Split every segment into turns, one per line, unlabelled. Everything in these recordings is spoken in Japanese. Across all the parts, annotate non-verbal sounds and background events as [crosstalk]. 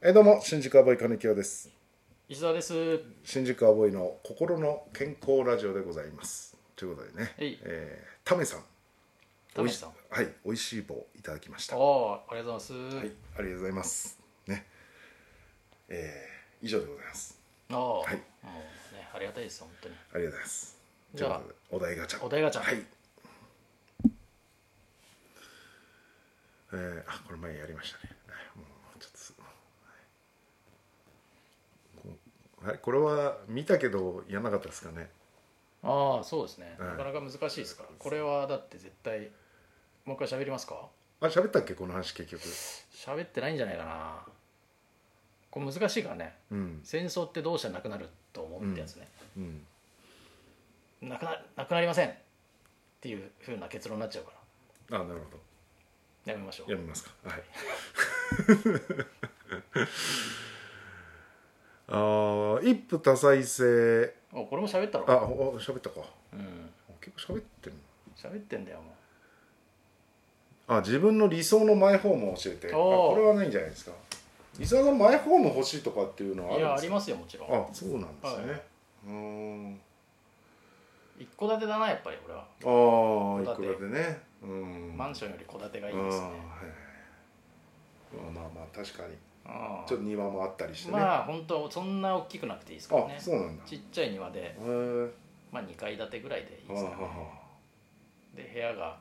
えどうも新宿アボイ金清です
石田です。
新宿アボイの心の健康ラジオでございますということでね、
はい
えータメさん
田口さん。あ
おいはい美味しい棒いただきました
あ
はい
ー、ありがとうございます。
ありがとうございますねえー以上でございます
ああ、
はい
もうね、ありがたいです、本当に。
ありがとうございます
じゃ
とい
あ
うことでお題ガチャ
お題ガチャ
はいえー、あこれ前やりましたねはいもうちょっとすはいこはいこれは見たけどやらなかったですかね
ああ、そうですね。
うん
なかなか難しいですから。これはだって絶対。もう一回喋りますか。
あ喋ったっけこの話結局
喋ってないんじゃないかな。これ難しいからね。
うん
戦争ってどうしたらなくなると思うってやつね。
うん
なくな、なくなりません。っていう風な結論になっちゃうか
あなるほ
ら。やめましょ
どや
う。
めますかはい [laughs] あー一夫多妻制
お、これも喋ったろ。
あおお喋ったか
うん。
結構喋ってる
喋ってんだよ、もう。
あ自分の理想のマイホームを教えてあ
おー
これはないんじゃないですか伊沢さんマイホーム欲しいとかっていうの
いや、
はあ
あ
る
り
んです
ますよ、もちろ
か
ん。
あそうなんですね、
はいう
ーん
一戸建てだな、やっぱり、俺は。
ああい
戸建て
くらでねうん
マンションより戸建てがいいで
あ
すね
ーはいはいまあまあ確かに
あ
ちょっと庭もあったりしてね、
まあ本当そんな大きくなくていいですから
あ
ね
そうなんだ
ちっちゃい庭で、
へー
まあ、2階建てぐらいでいい
は
です
あ
から、ね、
は
で部屋が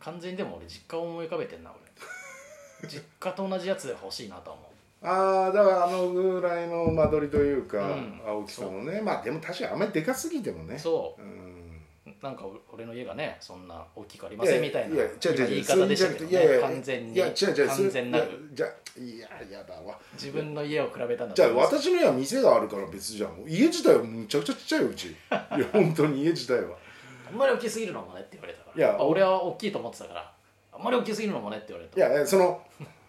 完全にでも俺実家を思い浮かべてんな
[laughs]
俺実家と同じやつ欲しいなとは思
あはああーだからあのぐらいの間取りというか、
うん
大きさもねまあでも確かにあんまりでかすぎても
う、
ね、
そう
ん、
うなんかお俺の家がねそんな大きくありませんみたいな
やや違う違う違う
言い方でしたけど
いやい
ね
や
完全
い
に
や違う違う
完全な
そ
る
れいやじゃあいややだわ
自分の家を比べたんだ
じゃあ
と思います
私の家は店があるから別じゃん家自体はむちゃくちゃちっちゃいうちいや本当に家自体は
あんまり大きすぎるのもねって言われたから
いや
まあ俺は大きいと思ってたからあんまり大きすぎるのもねって言われた
いやいやその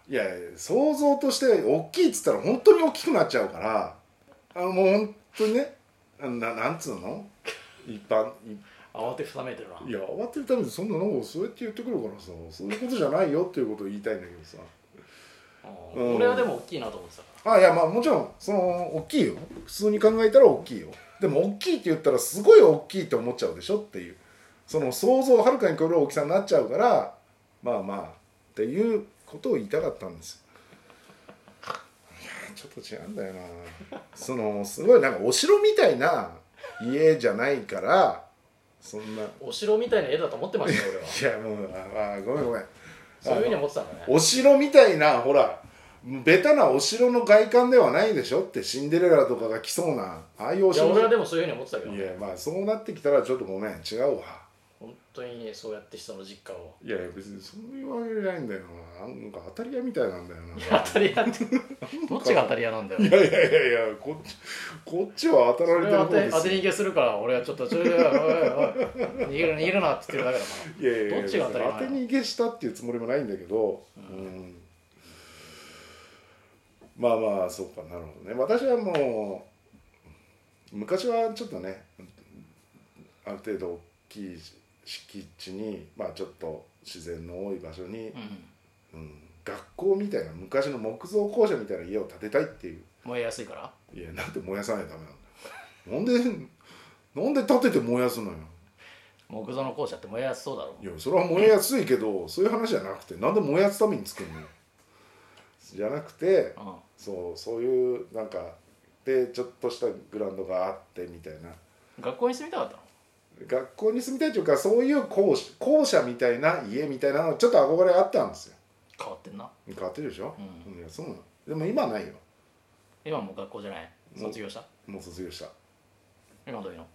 いやいや想像として大きいっつったら本当に大きくなっちゃうからあのもう本当にねあのななんつうの一般一
慌てふためいてるない
や慌てるためにそんなのそうやって言ってくるからさそういうことじゃないよっていうことを言いたいんだけどさ
うん
うん
俺はでも大きいなと思ってたか
あいやまあもちろんその大きいよ普通に考えたら大きいよでも大きいって言ったらすごい大きいって思っちゃうでしょっていうその想像をはるかに超える大きさになっちゃうからまあまあっていうことを言いたかったんですよいやちょっと違うんだよなそのすごいなんかお城みたいな家じゃないからそんない
らお城みたいな絵だと思ってましたよ
やも
俺は
うああごめんごめん
そういうふうに思ってたんだね
お城みたいなほらベタなお城の外観ではないでしょってシンデレラとかが来そうなああいうお
いや
城
俺はでもそういうふうに思ってたけど
いやまあそうなってきたらちょっとごめん違うわ
本当にねそうやって人の実家を
いやいや別にそういうわけじゃないんだよななんか当たり屋みたいなんだよ [laughs] ない
当たり屋ってどっちが当たり屋なんだよ
いやいやいやいやこっちこっちは当た
そ
られ
れ
てる方
は当て
で
当
す
て
よ
逃げするから俺はちょっとちょいおいおいおい逃げるな逃げるなって言ってるだけだか
いやいやいや
どっちが当たり前
当て逃げしたっていうつもりもないんだけど、うんまあまあそうかなるほどね私はもう昔はちょっとねある程度大きい敷地にまあちょっと自然の多い場所に、
ら、うん、
うん学校みたいな昔の木造校舎みたいな家を建てたいっていう
燃えやすいから
いやなんで燃やさないとダメなんだよなんでなんで建てて燃やすのよ
木造の校舎って燃えやすそうだろ
いやそれは燃えやすいけどそういう話じゃなくてなんで燃やすために作るのじゃなくて
うん、
そうそういうなんかでちょっとしたグラウンドがあってみたいな
学校に住みたかったの
学校に住みたいというかそういう校舎校舎みたいな家みたいなのちょっと憧れあったんですよ
変わってんな
変わってるでしょ、
う
いやそうなのでも今はないよ
今もう学校じゃない卒業した
もう卒業した
今どういうの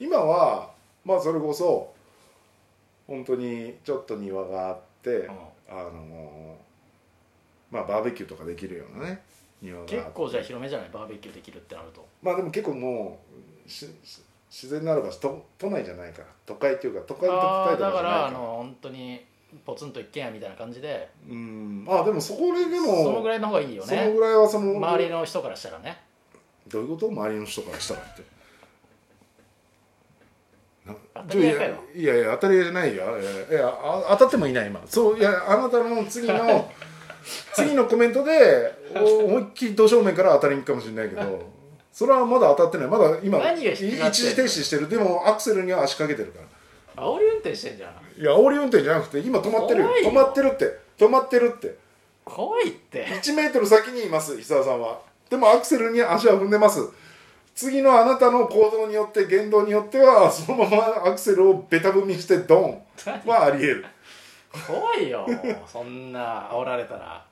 今はまあそれこそ本当にちょっと庭があって、あのーまあバーベキューとかできるようなね庭があって
結構じゃあ広めじゃないバーベキューできるってなると
まあでも結構もうしし自然ならば都都内じゃないから都会っていうか都会と都
ああ
会とか
だ
じ
か
ゃないからら
あの本当にポツンと一軒家みたいな感じで
うんあでもそこででも
そのぐらいの方がいいよ
その
ね
ぐらいはその
周りの人からしたらね
どういうこと周りの人からしたらってな
当たり屋かよ
い
[laughs]
やいやいや当たり屋じゃないよいやいやあ当たってもいない今そういやあなたの次の次のコメントでお思いっきり土正面から当たりに行くかもしれないけどそれはまだ当たってないまだ今
何が引っかかってんの
一時停止してるでもアクセルには足掛けてるから
煽り運転してんじゃん
いや煽り運転じゃなくて今止まってるよ
怖いよ
止まってるって止まってるって
怖いって
1メートル先にいます久田さんはでもアクセルに足は踏んでます次のあなたの行動によって言動によってはそのままアクセルをベタ踏みしてドンはあり得る
怖いよそんな煽られたらな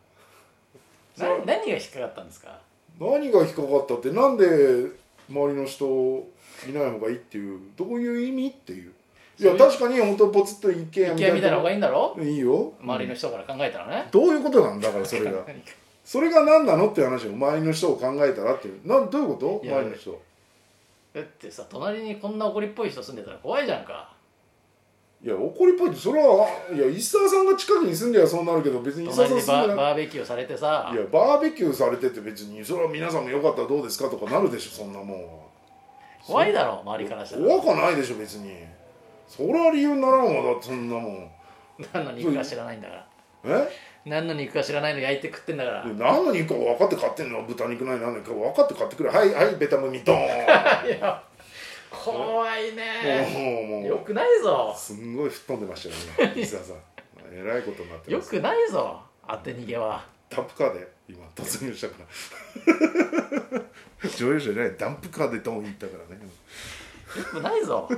そう
何が引っかかったんですか
何が引っかかったってなんで周りの人いない方がいいっていうどういう意味っていういや
そういう
確かに本当ポツッと一軒家
一見見たら方が
い
いいんだろ
いいよ
周りの人から考えたらね
どういうことなんだからそれが
何か
それが何なのっていう話を周りの人を考えたらっていうなんどういうこと
いや
周りの人
だってさ隣にこんな怒りっぽい人住んでたら怖いじゃんか
いや怒りっぽいってそれはいや石沢さんが近くに住んでりゃそうなるけど別に石沢
隣
さん
に
住んでな
バー
い
バーベキューされてさ
いやバーベキューされてて別にそれは皆さんもよかったらどうですかとかなるでしょそんなもんは
怖いだろ周りからしたら
怖くないでしょ別にそれは理由にならんわだってそんなもん
何の肉か知らないんだから
え
何の肉か知らないの焼いて食ってんだから
で何の肉か分かって買ってんの豚肉ない何の肉か分かって買ってくれはいはいベタムミドーン [laughs]
いや怖いね
もうも
よ
う
くないぞ
すんごい吹っ飛んでましたよね石田 [laughs] さんえらいことになって
よ
ます
くないぞ当て逃げは
ダンプカーで今突入したから [laughs] 乗用車じゃないダンプカーでドーン行ったからね
よくないぞ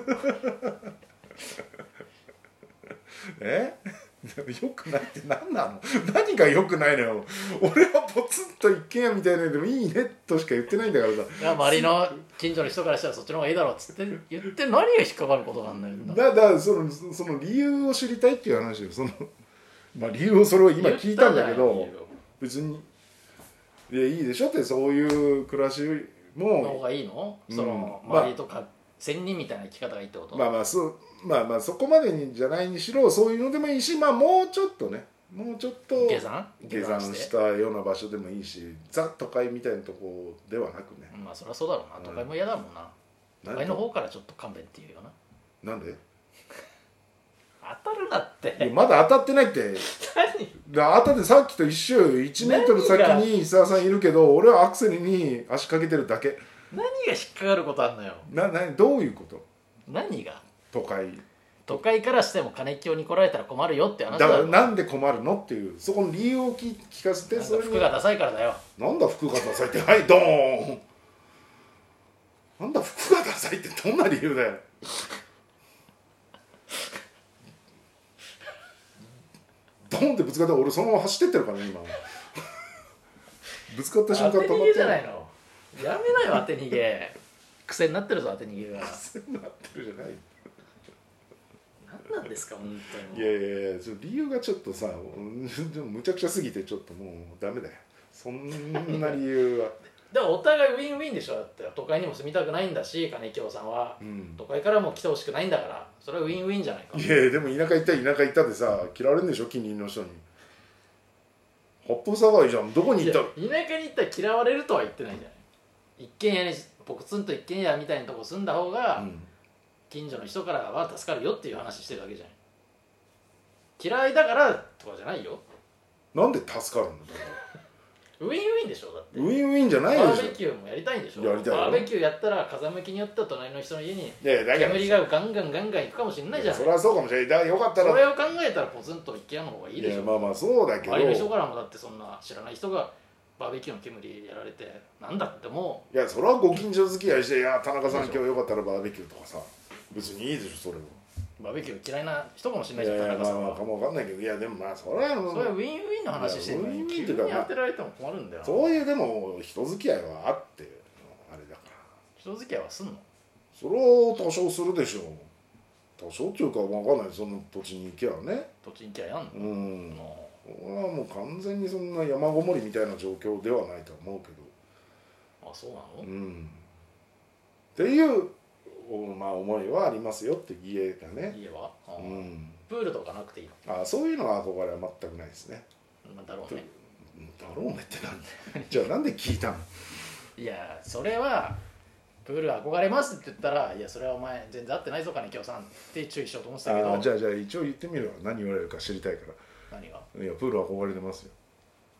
え [laughs] でもよくないって何なの何がよくないのよ俺はポツンと一軒家みたいなのでもいいねとしか言ってないんだからさ
いや周りの近所の人からしたらそっちの方がいいだろうっつって言って何が引っかかることなんだよ
だだからそのその理由を知りたいっていう話よそのまあ理由をそれを今聞いたんだけ
言
ど
ったじゃん
別にいやいいでしょってそういう暮らし
の方
も
がいいの、
うん
その
まあ
周りとか仙人みたいな生き方がいいってこと、
まあまあそうまあまあそこまでにじゃないにしろそういうのでもいいしまあもうちょっとねもうちょっと
下山
下山し
して
たような場所でもいいしザ都会みたいなとこではなくね
まあそりゃそうだろうな
うん
都会も嫌だもんな、都会の方からちょっと勘弁っていうよな
なんで
当たるなっ
いや
て
まだ当たってないって
何
だあたでさっきと一周1メートル先に石沢さんいるけど俺はアクセルに足掛けてるだけ
何が引っかかることあんのよ
ななどういうこと
何が
都会
都会からしても金京に来られたら困るよって
だ
話だ
から
ろ
なんで困るのっていうそこの理由を聞聞かせて
なん
そ
か
れに
服がダサいからだよ
なんだ服がダサいってはいドーンなんだ服がダサいってどんな理由だよドーンってぶつかったら俺そのまま走ってってるからね今ぶつかった瞬間
当て逃げじゃない
の
のやめなよ当て逃げ癖になってるぞ当て逃げが
なってるじゃない
何なんですか本当
い
に
やいやいやちょ理由がちょっとさうんでもむちゃくちゃすぎてちょっともうダメだよそんな理由は
でもお互いウィンウィンでしょだって都会にも住みたくないんだし金京さんは
うん
都会からも来てほしくないんだからそれはウィンウィンじゃないか
いやいやでも田舎行ったら田舎行ったでさ嫌われるんでしょ近隣の人に八方騒いじゃんどこに行ったら
いや田舎に行ったら嫌われるとは言ってないじゃない一軒家にポツンと一軒家みたいなとこ住んだ方が
うん
近所の人からは助かるよっていう話してるわけじゃない嫌いだからとかじゃないよ
なんで助かるんだ
ウィンウィンでしょだって
ウィンウィンじゃない
バ
でし
ーベキューもやりたいんでしょ
やりたいよ
バーベキューやったら風向きによっては隣の人の家に
ょいやいやだから
煙がガンガンガンガン行くかもしれないじゃん
そ
そ
りゃそうかもしれないだからよかったら
れを考えたらポツンと一軒家の方がいいで
い
し
や
ょ
まあまあそうだけど
周りの人
い
からもだってそんな知らない人がバーベキューの煙やられてなんだっても
やそれはご近所付き合いして「いや田中さん今日よかったらバーベキュー」とかさ別にいいでしょそれは。
うバーベキュー嫌いな人かもしれない
い
じゃん
やい
田
やま
中さ
あ
ん
まあ
は
かもわかんないけどいやでもまあそれは
それはウィンウィンの話してるの
いやウィン
に
ウィンっ
急に
ていうかまあ
当てられても困るんだよ
そういうでも人付き合いはあってあれだから
人付き合いはすんの
それを多少するでしょう多少っていうかわかんないその土地に行けばね
土地に嫌いやんの
うん
も
俺はもう完全にそんな山ごもりみたいな状況ではないとは思うけ
うあそうなの
どうんっていうおまあ思いはありますよって家がね
家はあ
う
ー
ん
プールとかなくていい
あそういうのは憧れは全くないですね
のなんだろうね
うんだろうねってなんで [laughs] じゃあなんで聞いたの
いやそれはプール憧れますって言ったらいやそれはお前全然合ってないぞ金京さんって注意しようと思ってたけ
あ
ど
ーじゃあじゃあ一応言ってみるわ何言われるか知りたいから
何が
いやプールは憧れてますよ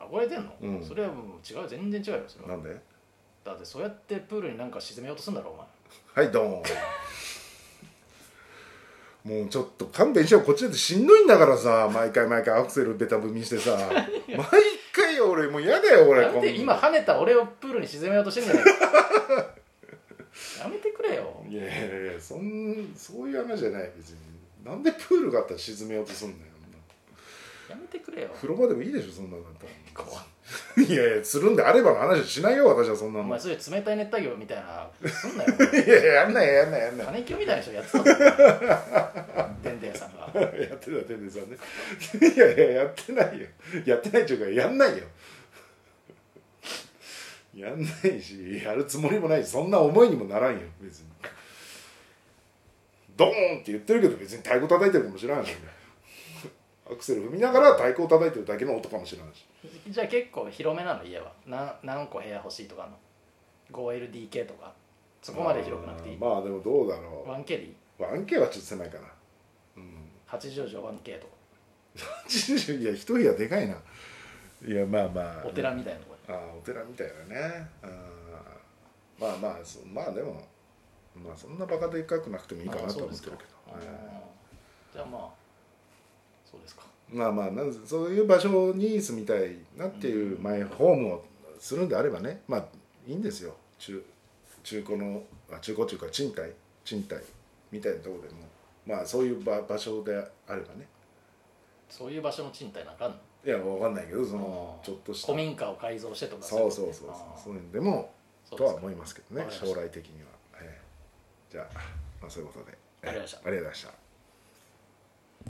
憧れてんの、
うん
それはもう違う全然違うよそれ
な
は
んで
だってそうやってプールになんか沈めようとすんだろお前
はいドーンもうちょっと勘弁してよこっちだってしんどいんだからさ毎回毎回アクセルベタ踏みしてさ毎回よ俺もう嫌だよ俺
やめ
こんな
て今跳ねた俺をプールに沈めようとしてんじゃないやめてくれよ
いやいやいやそんそういう話じゃない別になんでプールがあったら沈めようとすんのよ
やめてくれよ
風呂場でもいいでしょそんなのだった
怖い
らいやいやするんであればの話しないよ私はそんな
お
の
前
い
そういう冷たい熱帯魚みたいなそんなよ
やいややんないやんないやんない
金清みたいな人やって
[laughs]
たんだよでんでんさんが
やってたてんでさんね [laughs] いやいややってないよやってないっていうかやんないよやんないしやるつもりもないしそんな思いにもならんよ別にドーンって言ってるけど別に太鼓叩いてるかもしれんしアクセル踏みながら太鼓を叩いてるだけの音かもしれんし
じゃあ結構広めなの家はな何個部屋欲しいとかの 5LDK とかそこまで広くなくていい、
まあでもどうだろ
1K でいいう
1K はちょっと狭いかなうん
80畳 1K とか
[laughs] いや一部屋でかいないやまあまあ
お寺みたいなとこ
ああお寺みたいなねあーまあまあそまあでもまあそんなバカでかくなくてもいい
に
かな
あ
と
そ
は
うで
思っ
す
て
か
るけど
うん
え
じゃあまあそうですか
えまあまあなんせそういう場所に住みたいなっていう
うん
マイホームをするんであればねまあいいんですよ中中古のあ中古っていうか賃貸賃貸みたいなところでもまあそういう場場所であればね
そういう場所の賃貸なんかあんの
いやわかんないけどその
あー
ちょっとした
古民家を改造してとか
そうそうそうそうそういうのでもとは思いますすけどね
わかりました
将来的には、ええじゃあ、まあ、そういうことで、
わかりました
ありがとうございました